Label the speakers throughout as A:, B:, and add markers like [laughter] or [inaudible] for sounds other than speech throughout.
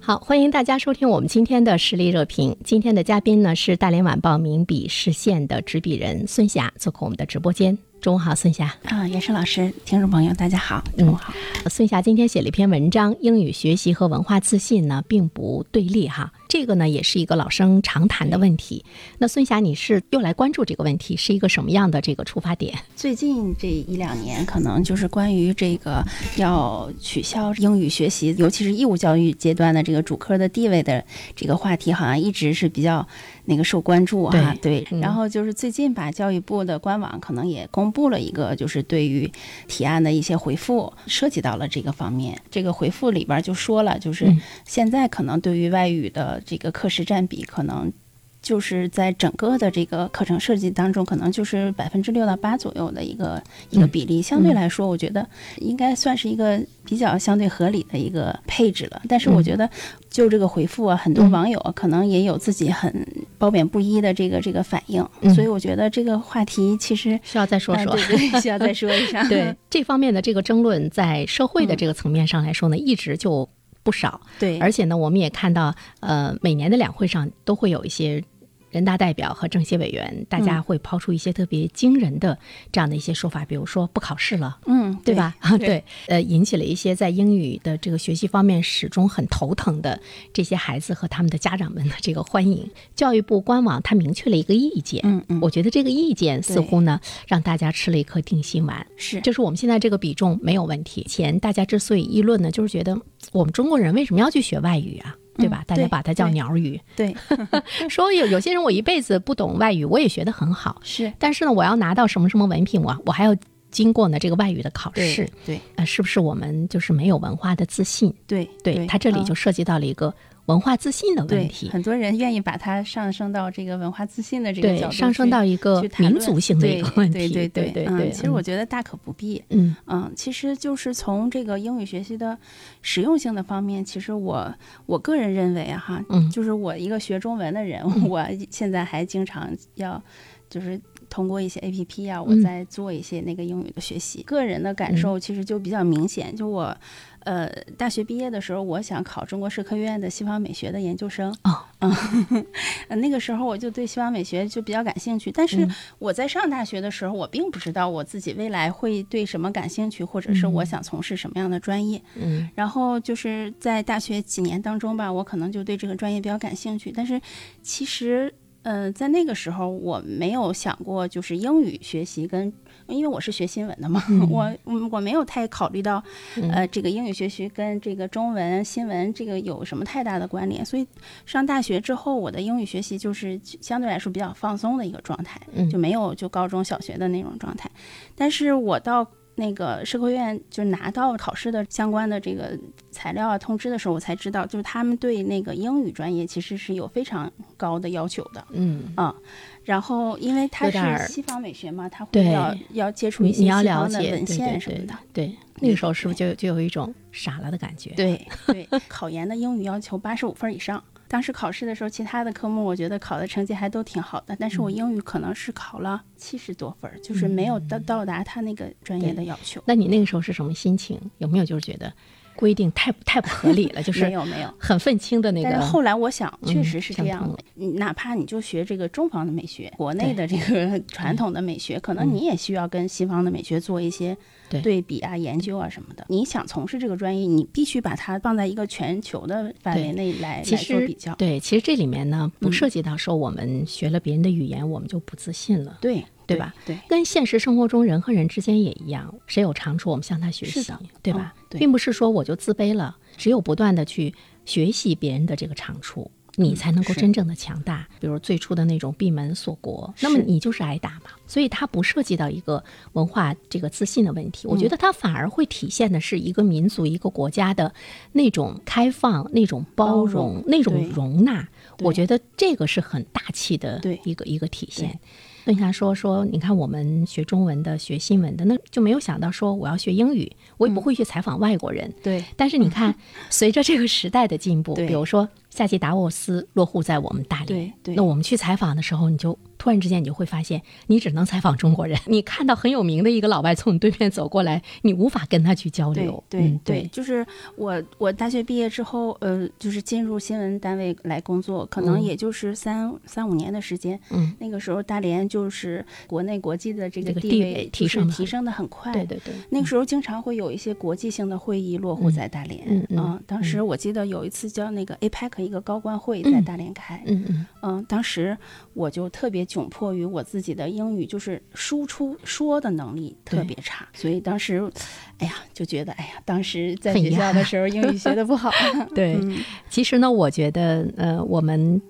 A: 好，欢迎大家收听我们今天的实力热评。今天的嘉宾呢是大连晚报名笔视线的执笔人孙霞，做客我们的直播间。中午好，孙霞。
B: 啊，严胜老师，听众朋友，大家好，中午好。
A: 孙霞今天写了一篇文章，《英语学习和文化自信呢并不对立》哈，这个呢也是一个老生常谈的问题。那孙霞，你是又来关注这个问题，是一个什么样的这个出发点？
B: 最近这一两年，可能就是关于这个要取消英语学习，尤其是义务教育阶段的这个主科的地位的这个话题，好像一直是比较那个受关注哈、啊。对，然后就是最近吧，教育部的官网可能也公布了一个，就是对于提案的一些回复，涉及到了这个方面。这个回复里边就说了，就是
A: 嗯
B: 现在可能对于外语的这个课时占比，可能就是在整个的这个课程设计当中，可能就是百分之六到八左右的一个一
A: 嗯
B: 个比例。相对来说，我觉得应该算是一个比较相对合理的一个配置了。但是我觉得，就这个回复啊，很多
A: 嗯
B: 网友啊可能也有自己很褒贬不一的这个这个反应
A: 嗯，
B: 所以我觉得这个话题其实
A: 需要再说说。
B: 嗯对 [laughs] 对，需要再说一下
A: 对这方面的这个争论，在社会的这个层面上来说呢，一直就不少。
B: 对，
A: 而且呢，我们也看到，呃，每年的两会上都会有一些人大代表和政协委员，大家会抛出一些特别惊人的这样的一些说法，比如说不考试了。
B: 嗯，
A: 对吧？啊，
B: 对
A: 对，呃，引起了一些在英语的这个学习方面始终很头疼的这些孩子和他们的家长们的这个欢迎。教育部官网它明确了一个意见，
B: 嗯嗯，
A: 我觉得这个意见似
B: 对
A: 乎呢让大家吃了一颗定心丸。
B: 是
A: 就是我们现在这个比重没有问题。以前大家之所以议论呢，就是觉得我们中国人为什么要去学外语啊？对吧？
B: 嗯
A: 大家
B: 对
A: 把它叫
B: 对
A: 鸟语，
B: 对，
A: 说有有些人我一辈子不懂外语，我也学得很好， [laughs]
B: 是
A: 但是呢，我要拿到什么什么文凭，我我还要经过呢这个外语的考试，，
B: 对
A: 呃，是不是我们就是没有文化的自信？
B: 对
A: 对，它这里
B: 嗯
A: 就涉及到了一个文化自信的问
B: 对
A: 题，，
B: 很多人愿意把它上升到这个文化自信的这个角
A: 对，
B: 度去，
A: 上升到一个
B: 去谈
A: 民
B: 论
A: 族性的一
B: 对
A: 个问题，
B: 对
A: 对对，
B: 对嗯其实我
A: 嗯
B: 觉得大可不必。
A: 嗯
B: 嗯，其实就是从这个英语学习的实用性的方面，其实我我个人认为啊哈，
A: 嗯
B: 就是我一个学中文的人， [laughs] 我现在还经常要就是。通过一些 A P P 啊，我
A: 嗯
B: 在做一些那个英语的学习。个人的感受其实就比较明显，就我，呃，大学毕业的时候，我想考中国社科院的西方美学的研究生。
A: 哦，
B: [laughs] 嗯，那个时候我就对西方美学就比较感兴趣，但是
A: 嗯
B: 我在上大学的时候，我并不知道我自己未来会对什么感兴趣，或者是我想从事什么样的专业。
A: 嗯
B: 然后就是在大学几年当中吧，我可能就对这个专业比较感兴趣，但是其实。呃，在那个时候，我没有想过就是英语学习跟，因为我是学新闻的嘛， [laughs] 我嗯我我没有太考虑到，呃，这个英语学习跟这个中文新闻这个有什么太大的关联，所以上大学之后，我的英语学习就是相对来说比较放松的一个状态，
A: 嗯
B: 就没有就高中小学的那种状态。但是我到那个社科院就拿到考试的相关的这个材料啊通知的时候，我才知道，就是他们对那个英语专业其实是有非常高的要求的。
A: 嗯，
B: 啊、然后因为它
A: 有点儿
B: 是西方美学嘛，它会
A: 对
B: 要要接触
A: 你
B: 一些
A: 你
B: 西
A: 要了
B: 方的
A: 解
B: 文
A: 对
B: 献
A: 对
B: 什么的。嗯
A: 对对，那个时候是不是就就有一种傻了的感觉？，
B: 对对，考研的英语要求八十五分以上。当时考试的时候，其他的科目我觉得考的成绩还都挺好的，但是我英语可能是考了七十多分儿，就是没有
A: 嗯
B: 到到达他那个专业的要求。
A: 那你那个时候是什么心情？有没有就是觉得规定太太不合
B: [laughs]
A: 理了？就是
B: 没有没有
A: 很愤青的那
B: 但
A: 个。嗯
B: 是后来我想，确实是这
A: 想
B: 样
A: 通了
B: 的。你哪怕你就学这个中方的美学，国内的这
A: [laughs]
B: 个传统的美学，可能你也需要跟西方的美学做一些
A: 嗯对
B: 对比啊、研究啊什么的。你想从事这个专业，你必须把它放在一个全球的范围内来来
A: 其
B: 做
A: 实
B: 比较。
A: 对，其实这里面呢，不
B: 嗯
A: 涉及到说我们学了别人的语言，我们就不自信了。
B: 对
A: 对吧？
B: 对。
A: 跟现实生活中人和人之间也一样，谁有长处我们向他学
B: 是
A: 习
B: 的，
A: 对吧
B: 嗯？对
A: 并不是说我就自卑了，只有不断的去学习别人的这个长处，你才能够
B: 嗯是
A: 真正的强大。比如最初的那种闭门锁国，那么
B: 是
A: 你就是挨打嘛。所以它不涉及到一个文化这个自信的问
B: 嗯
A: 题，我觉得它反而会体现的是一个民族、一个国家的那种开放、那种包
B: 包
A: 容
B: 容、
A: 那种
B: 对
A: 容纳。我
B: 对
A: 觉得这个是很大气的
B: 对
A: 一个一个体现
B: 对。
A: 问霞说说，你看我们学中文的、学新闻的，那就没有想到说我要学英语，我也
B: 嗯
A: 不会去采访外国人。
B: 对，
A: 但是你看，
B: [laughs]
A: 随着这个时代的进步，
B: 对
A: 比如说夏季达沃斯落户在我们大连
B: 对，对
A: 那我们去采访的时候，你就突然之间你就会发现，你只能采访中国人。 [laughs] 你看到很有名的一个老外从你对面走过来，你无法跟他去交流。
B: 对对、
A: 嗯、对，
B: 就是我我大学毕业之后，呃，就是进入新闻单位来工作，可能
A: 嗯
B: 也就是三、三五年的时间。
A: 嗯，
B: 那个时候大连就是国内国际的这
A: 这
B: 个
A: 个
B: 地
A: 地
B: 位
A: 位
B: 就
A: 提
B: 是
A: 升得
B: 提
A: 很
B: 升的很快。
A: 对对对，
B: 那个时候经常会有一些国际性的会议落户
A: 嗯
B: 在大连，
A: 嗯嗯
B: 当时我记得有一次叫那个 APEC 一个高官会在
A: 嗯
B: 大连开，
A: 嗯嗯
B: 嗯，当时我就特别窘迫于我自己的英语，就是输出说的能力特
A: 对
B: 别差，所以当时，哎呀，就觉得哎呀，当时在
A: 很
B: 学
A: 遗
B: 校的
A: 憾
B: 时候英语学
A: [laughs]
B: 的不好，
A: 对。
B: 嗯
A: 其实呢，我觉得，呃，我们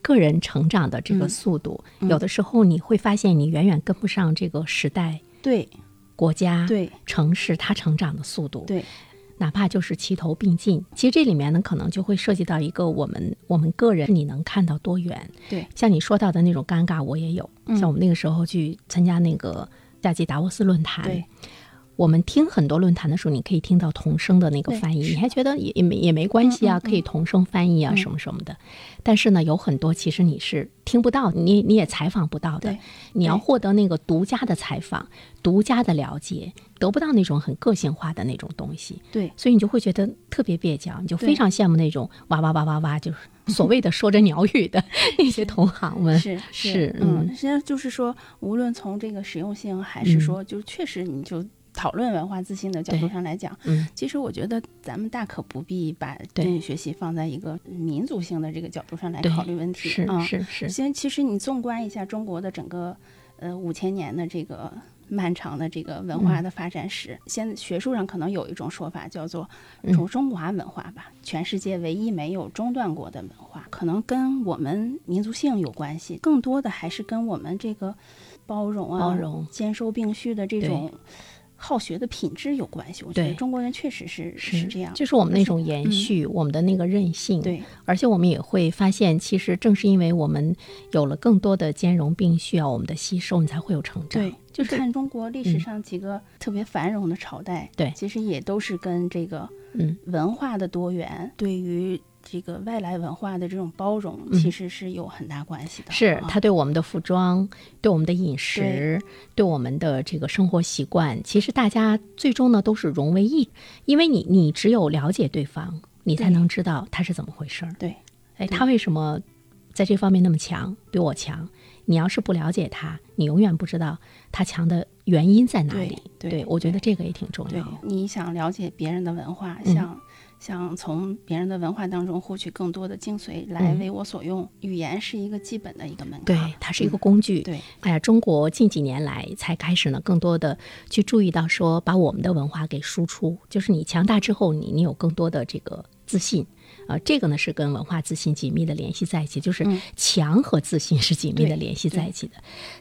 A: 个人成长的这个
B: 嗯
A: 速度，
B: 嗯
A: 有的时候你会发现你远远跟不上这个时代、
B: 对
A: 国家、
B: 对
A: 城市它成长的速度。
B: 对
A: 哪怕就是齐头并进。其实这里面呢，可能就会涉及到一个我们我们个人你能看到多远。
B: 对，
A: 像你说到的那种尴尬，我也有。
B: 嗯
A: 像我们那个时候去参加那个夏季达沃斯论坛
B: 对，
A: 我们听很多论坛的时候，你可以听到同声的那个
B: 对
A: 翻译，
B: 是
A: 你还觉得也也没也没关系啊，
B: 嗯嗯
A: 可以同声翻译啊、
B: 嗯
A: 什么什么的。但是呢，有很多其实你是听不到，你你也采访不到的
B: 对。
A: 你要
B: 对
A: 获得那个独家的采访、独家的了解，得不到那种很个性化的那种东西。
B: 对
A: 所以你就会觉得特别蹩脚，你就非
B: 对
A: 常羡慕那种哇哇哇哇哇，就是所谓的说着鸟语
B: [laughs]
A: 的那些同行们。
B: 是
A: 是
B: 嗯，
A: 嗯
B: 实际上就是说，无论从这个实用性，还
A: 嗯
B: 是说，就确实你就讨论文化自信的角
A: 对
B: 度上来讲，
A: 嗯，
B: 其实我觉得咱们大可不必把
A: 对
B: 英语学习放在一个民族性的这个角度上来
A: 对
B: 考虑问题
A: 是
B: 啊。
A: 是是，
B: 先，其实你纵观一下中国的整个呃五千年的这个漫长的这个文化
A: 嗯
B: 的发展史，现学术上可能有一种说法叫做
A: 嗯
B: 中中华文化吧，全世界唯一没有中断过的文化，可能跟我们民族性有关系，更多的还是跟我们这个包容啊、
A: 包容
B: 兼收并蓄的这
A: 对
B: 种。好学的品质有关系，我觉
A: 对
B: 得中国人确实是是这样，嗯
A: 就是我们那种延续，我们的那个韧性。，
B: 对
A: 而且我们也会发现，其实正是因为我们有了更多的兼容并蓄啊，我们的吸收，你才会有成长。
B: 对，
A: 就是
B: 看中国历史上几个特别繁荣的朝代，
A: 嗯对
B: 其实也都是跟这个
A: 嗯
B: 文化的多元，对于这个外来文化的这种包容，
A: 嗯
B: 其实是有很大关系的。
A: 是
B: 啊
A: 它对我们的服装、对我们的饮食、对我们的这个生活习惯，其实大家最终呢都是融为一，因为你你只有了解对方，你才
B: 对
A: 能知道他是怎么回事儿。
B: 对，
A: 哎，
B: 对
A: 他为什么在这方面那么强，比我强？你要是不了解他，你永远不知道他强的原因在哪
B: 对
A: 里。
B: 对
A: 我觉得这个也挺重
B: 对
A: 要。，
B: 你想了解别人的文化，
A: 嗯
B: 想想从别人的文化当中获取更多的精髓来
A: 嗯
B: 为我所用，语言是一个基本的一个门槛。
A: 它是一个工具。
B: 嗯对
A: 哎呀，中国近几年来才开始呢，更多的去注意到说，把我们的文化给输出，就是你强大之后你，你有更多的这个自信。啊，这个呢是跟文化自信紧密的联系在一起，就是
B: 嗯
A: 强和自信是紧密的
B: 对
A: 联系
B: 对
A: 在一起的。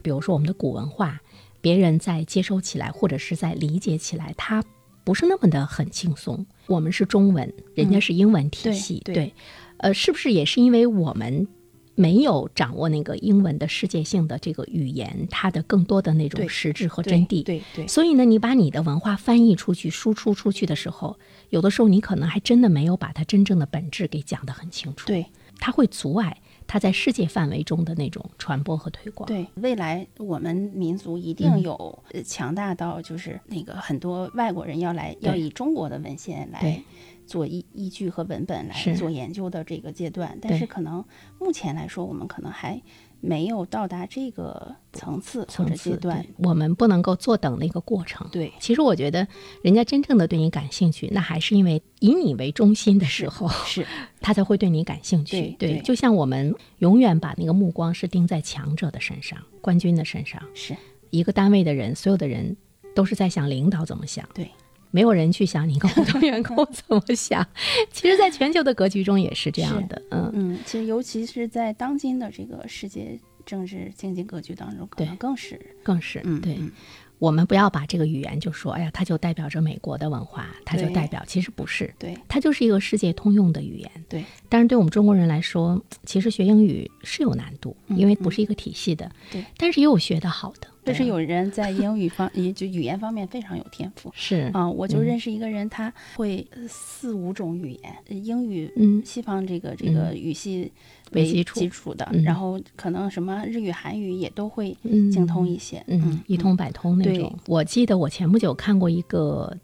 A: 比如说我们的古文化，别人在接收起来或者是在理解起来，它不是那么的很轻松。我们是中文，人家
B: 嗯
A: 是英文体
B: 对
A: 系，
B: 对
A: 呃，是不是也是因为我们没有掌握那个英文的世界性的这个语言，它的更多的那种
B: 对
A: 实质和
B: 对
A: 真谛？
B: 对对
A: 所以呢，你把你的文化翻译出去、输出出去的时候，有的时候你可能还真的没有把它真正的本质给讲得很清楚，
B: 对
A: 它会阻碍它在世界范围中的那种传播和推广。
B: 对，未来我们民族一
A: 嗯
B: 定有呃强大到就是那个很多外国人要来要
A: 对
B: 以中国的文献来
A: 对
B: 做依依据和文本来
A: 是
B: 做研究的这个阶段，但
A: 对
B: 是可能目前来说，我们可能还没有到达这个层次或
A: 层
B: 者
A: 次
B: 阶段
A: 对。我们不能够坐等那个过程。 [laughs]
B: 对
A: 其实我觉得，人家真正的对你感兴趣，那还是因为以你为中心的时候，
B: 是
A: 他才会对你感兴趣。
B: 对对
A: 就像我们永远把那个目光是盯在强者的身上、冠军的身上，
B: 是，
A: 一个单位的人，所有的人都是在想领导怎么想。
B: 对，
A: 没有人去想你一个普通员工怎么
B: [laughs]
A: 想。其实，在全球的格局中也是这样的，嗯，
B: 嗯，其实尤其是在当今的这个世界政治经济格局当中，可
A: 对
B: 能更是，
A: 更是
B: 嗯，
A: 对。
B: 嗯
A: 我们不要把这个语言就说，哎呀，它就代表着美国的文化，它就
B: 对
A: 代表，其实不是，
B: 对
A: 它就是一个世界通用的语言。
B: 对
A: 但是对我们中国人来说，其实学英语是有难度，
B: 嗯
A: 因为不是一个体系的。
B: 对，
A: 但是也有学得好的，
B: 但是有人在英语方，也就语言方面非常有天赋。
A: 是，
B: 啊，我就
A: 嗯
B: 认识一个人，他会呃四五种语言，呃英语
A: 嗯，
B: 西方这个这个语系
A: 为
B: 为
A: 基础
B: 的，
A: 嗯
B: 然后可能什么日语、韩语也都会
A: 嗯
B: 精通一些，
A: 嗯，一通百通那
B: 对
A: 种。我记得我前不久看过一个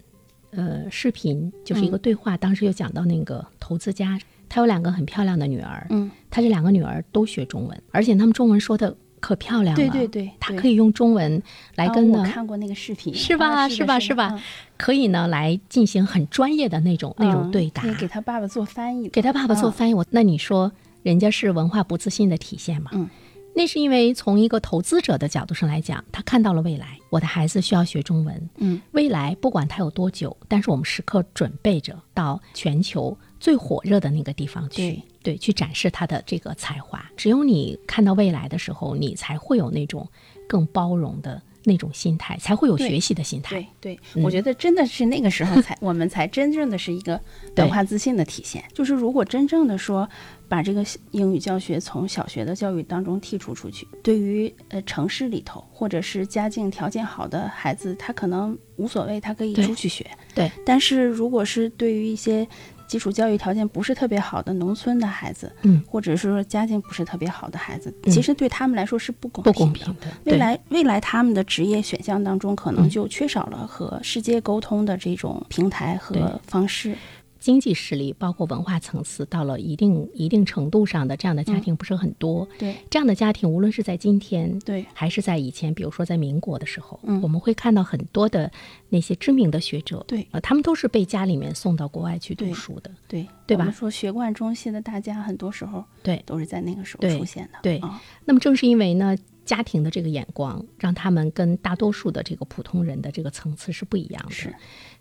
A: 呃视频，就是一
B: 嗯
A: 个对话，当时就讲到那个投资家，他有两个很漂亮的女儿，
B: 嗯，
A: 他这两个女儿都学中文，而且他们中文说的可漂亮了，
B: 嗯对对对，
A: 他
B: 对
A: 可以用中文来
B: 啊
A: 跟
B: 我
A: 呢，
B: 看过那个视频，
A: 是吧
B: 啊
A: 是
B: 的
A: 吧是
B: 是
A: 吧？可以呢来进行很专业的那种那种
B: 嗯
A: 对答，
B: 也给他爸爸做翻译的，
A: 给他爸爸做
B: 嗯
A: 翻译，我那你说人家是文化不自信的体现吗？
B: 嗯，
A: 那是因为从一个投资者的角度上来讲，他看到了未来，我的孩子需要学中文，
B: 嗯，
A: 未来不管他有多久，但是我们时刻准备着到全球最火热的那个地方去
B: 对。
A: 对，去展示他的这个才华。只有你看到未来的时候，你才会有那种更包容的那种心态，才会有
B: 对
A: 学习的心态。
B: 对对，
A: 嗯
B: 我觉得真的是那个时候才，我们才真正的是一个
A: 对
B: 文化自信的体现。就是如果真正的说，把这个英语教学从小学的教育当中剔除出去，对于呃城市里头或者是家境条件好的孩子，他可能无所谓，他可以
A: 对
B: 出去学。
A: 对
B: 但是如果是对于一些基础教育条件不是特别好的农村的孩子，
A: 嗯，
B: 或者是说家境不是特别好的孩子，
A: 嗯
B: 其实对他们来说是不公
A: 不公
B: 的
A: 平。的。
B: 未
A: 对
B: 来未来他们的职业选项当中，可
A: 嗯
B: 能就缺少了和世界沟通的这种平台
A: 对
B: 和方式。
A: 经济实力，包括文化层次，到了一定一定程度上的这
B: 嗯
A: 样的家庭不是很多。
B: 对
A: 这样的家庭，无论是在今天，
B: 对
A: 还是在以前，比如说在民国的时候，
B: 嗯
A: 我们会看到很多的那些知名的学者，
B: 对
A: 呃，他们都是被家里面送到国外去读
B: 对
A: 书的。
B: 对
A: 对
B: 我
A: 吧
B: 们说学贯中西的大家，很多时候
A: 对
B: 都是在那个时候
A: 对
B: 出现的。
A: 对
B: 啊
A: 那么正是因为呢，家庭的这个眼光，让他们跟大多数的这个普通人的这个层次是不一样的。
B: 是，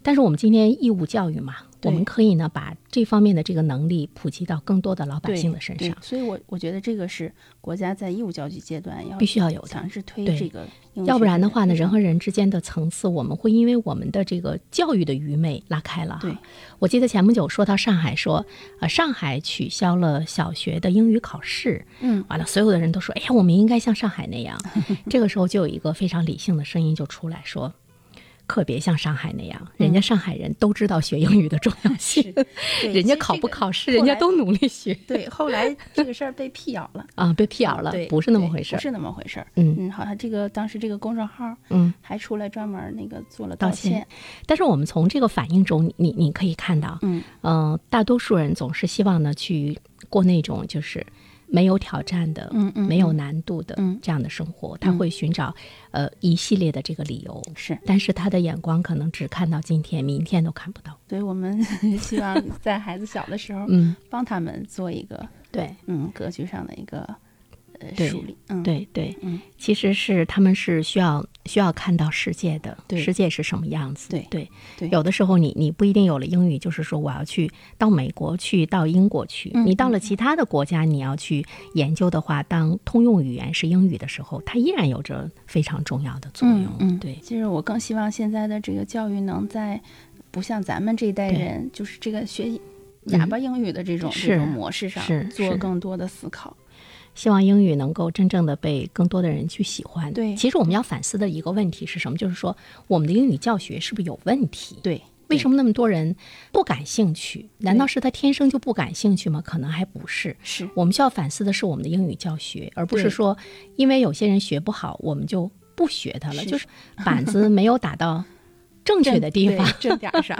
A: 但是我们今天义务教育嘛，
B: 对
A: 我们可以呢把这方面的这个能力普及到更多的老百
B: 对
A: 姓的身
B: 对
A: 上，
B: 所以我我觉得这个是国家在义务教育阶段要
A: 必须要有的。
B: 强制推
A: 对
B: 这个英语学习，
A: 要不然的话呢，人
B: 和
A: 和人之间的层次，我们会因为我们的这个教育的愚昧拉开了。
B: 对，
A: 我记得前不久说到上海说，呃，上海取消了小学的英语考试，
B: 嗯，
A: 完了，所有的人都说，哎呀，我们应该像上海那
B: [laughs]
A: 样。这个时候就有一个非常理性的声音就出来说。可别像上海那样，人家上海人都知道学英语的重
B: [laughs]
A: 要 [laughs] 性，
B: 嗯对
A: 人
B: 其
A: 家
B: 实
A: 考
B: 这
A: 不
B: 个
A: 考试，
B: 后
A: 人家
B: 来
A: 都努力学。
B: [laughs] 对，后来这个事儿被辟谣了
A: 啊，被辟谣了
B: 对，，
A: 不是那么
B: 对
A: 回事
B: 不
A: 儿。
B: 是那么回事儿。
A: 嗯
B: 嗯，好像这个当时这个公众号
A: 嗯，
B: 还出来专门那个做了
A: 道
B: 道
A: 歉但是我们从这个反应中，你你你可以看到，
B: 嗯，
A: 嗯，大多数人总是希望呢去过那种就是没有挑战的、
B: 嗯嗯，
A: 没有难度的
B: 嗯
A: 这样的生活，他会寻找呃一系列的这个理由，
B: 是。
A: 但是他的眼光可能只看到今天，明天都看不到。
B: 所以我们 [laughs] 希望在孩子小的时候，
A: 嗯，
B: 帮他们做一个
A: 对
B: 嗯格局上的一个呃
A: 对
B: 梳理。嗯，
A: 对对，
B: 嗯，
A: 其实是他们是需要需要看到世界的，
B: 对
A: 世界是什么样子。
B: 对
A: 对
B: 对
A: 有的时候你你不一定有了英语，就是说我要去到美国去，到英国去，
B: 嗯
A: 你到了其他的国家，你要去研究的话，当通用语言是英语的时候，它依然有着非常重要的作用。
B: 嗯嗯，
A: 对，
B: 其实我更希望现在的这个教育能在不像咱们这一代
A: 对嗯
B: 人，就是这个学哑巴英语的这种、
A: 是
B: 这种模式上
A: 是是
B: 做更多的思考。
A: 希望英语能够真正的被更多的人去喜欢。
B: 对
A: 其实我们要反思的一个问题是什么？就是说我们的英语教学是不是有问题？
B: 对，
A: 为什么那么多人不感兴趣？难道是他天生就不感兴趣吗？可能还不是。
B: 是
A: 我们需要反思的是我们的英语教学，而不是
B: 对
A: 说因为有些人学不好，我们就不学它了，
B: 是
A: 就是板子没有打到正确的地
B: [laughs]
A: 方。
B: 正点
A: [laughs]
B: 儿上。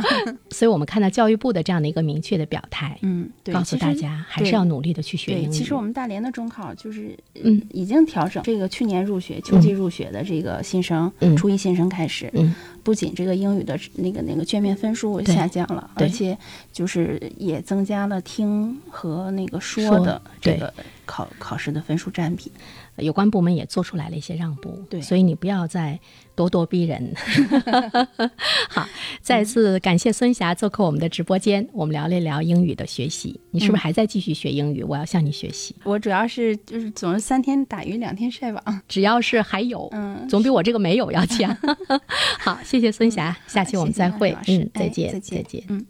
A: 所以我们看到教育部的这样的一个明确的表态，
B: 嗯，对，
A: 告诉
B: 其
A: 大
B: 实
A: 家还是
B: 对
A: 要努力的去学
B: 对，
A: 英语。
B: 其实我们大连的中考就是，
A: 嗯
B: 嗯，已经调整这个去年入学、秋季入学的这个新生
A: 嗯，
B: 初一新生开始，
A: 嗯，
B: 不仅这个英语的那个那个卷面分数
A: 对
B: 下降了，
A: 对
B: 而且就是也增加了听和那个说
A: 说
B: 的
A: 对
B: 这个考考试的分数占比。
A: 有关部门也做出来了一些让步，
B: 对
A: 所以你不要再咄咄逼人。 [laughs] 好，再次感谢孙霞做客我们的直播间，我们聊了一聊英语的学习。你
B: 嗯
A: 是不是还在继续学英语？我要向你学习，
B: 我主要是就是总是三天打鱼两天晒网，
A: 只要是还有，
B: 嗯，
A: 总比我这个 [laughs] 没有要强。好，谢谢孙霞，下期我们
B: 谢谢
A: 再
B: 马
A: 会
B: 老，师
A: 嗯，再
B: 哎
A: 见，
B: 再见
A: 再见。
B: 嗯。